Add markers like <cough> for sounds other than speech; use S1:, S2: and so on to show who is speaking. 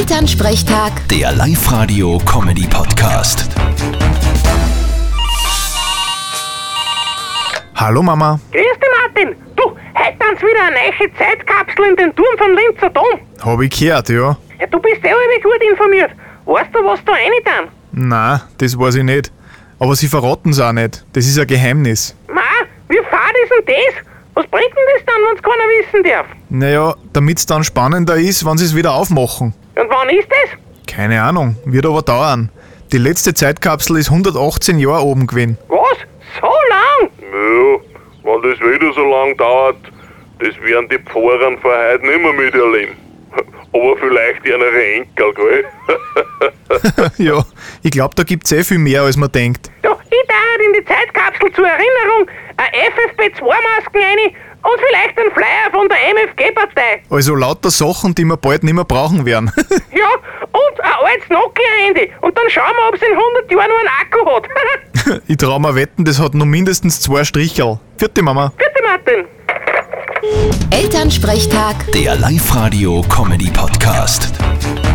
S1: Elternsprechtag,
S2: Der Live-Radio-Comedy-Podcast.
S3: Hallo Mama.
S4: Grüß dich, Martin. Du, heute tanzt wieder eine neue Zeitkapsel in den Turm vom Linzer Dom.
S3: Hab ich gehört, ja?
S4: Ja, du bist eh irgendwie gut informiert. Weißt du, was da rein dann?
S3: Na, das weiß ich nicht. Aber sie verraten's auch nicht. Das ist ein Geheimnis.
S4: Ma, wie fad ist denn das? Was bringt denn das dann, wenn's keiner wissen darf?
S3: Naja, damit's dann spannender ist, wann sie's wieder aufmachen.
S4: Und wann ist das?
S3: Keine Ahnung, wird aber dauern. Die letzte Zeitkapsel ist 118 Jahre oben gewesen. <laughs>
S4: Was? So lang?
S5: Ja, wenn das wieder so lang dauert, das werden die Pfarrer von heute nicht mehr miterleben. <laughs> Aber vielleicht ihre Enkel, gell?
S3: ja, ich glaub, da gibt's eh viel mehr, als man denkt.
S4: Du, ich darf in die Zeitkapsel zur Erinnerung eine FFP2-Masken rein und vielleicht einen Flyer von der MFG-Partei.
S3: Also lauter Sachen, die wir bald nicht mehr brauchen werden. <laughs>
S4: Ja, und ein altes Nokia-Handy. Und dann schauen wir, ob's in 100 Jahren noch einen Akku hat. <laughs>
S3: ich trau mir wetten, das hat nur mindestens zwei Stricherl. Vierte Mama.
S4: Bitte, Martin.
S1: Elternsprechtag.
S2: Der Live-Radio-Comedy-Podcast.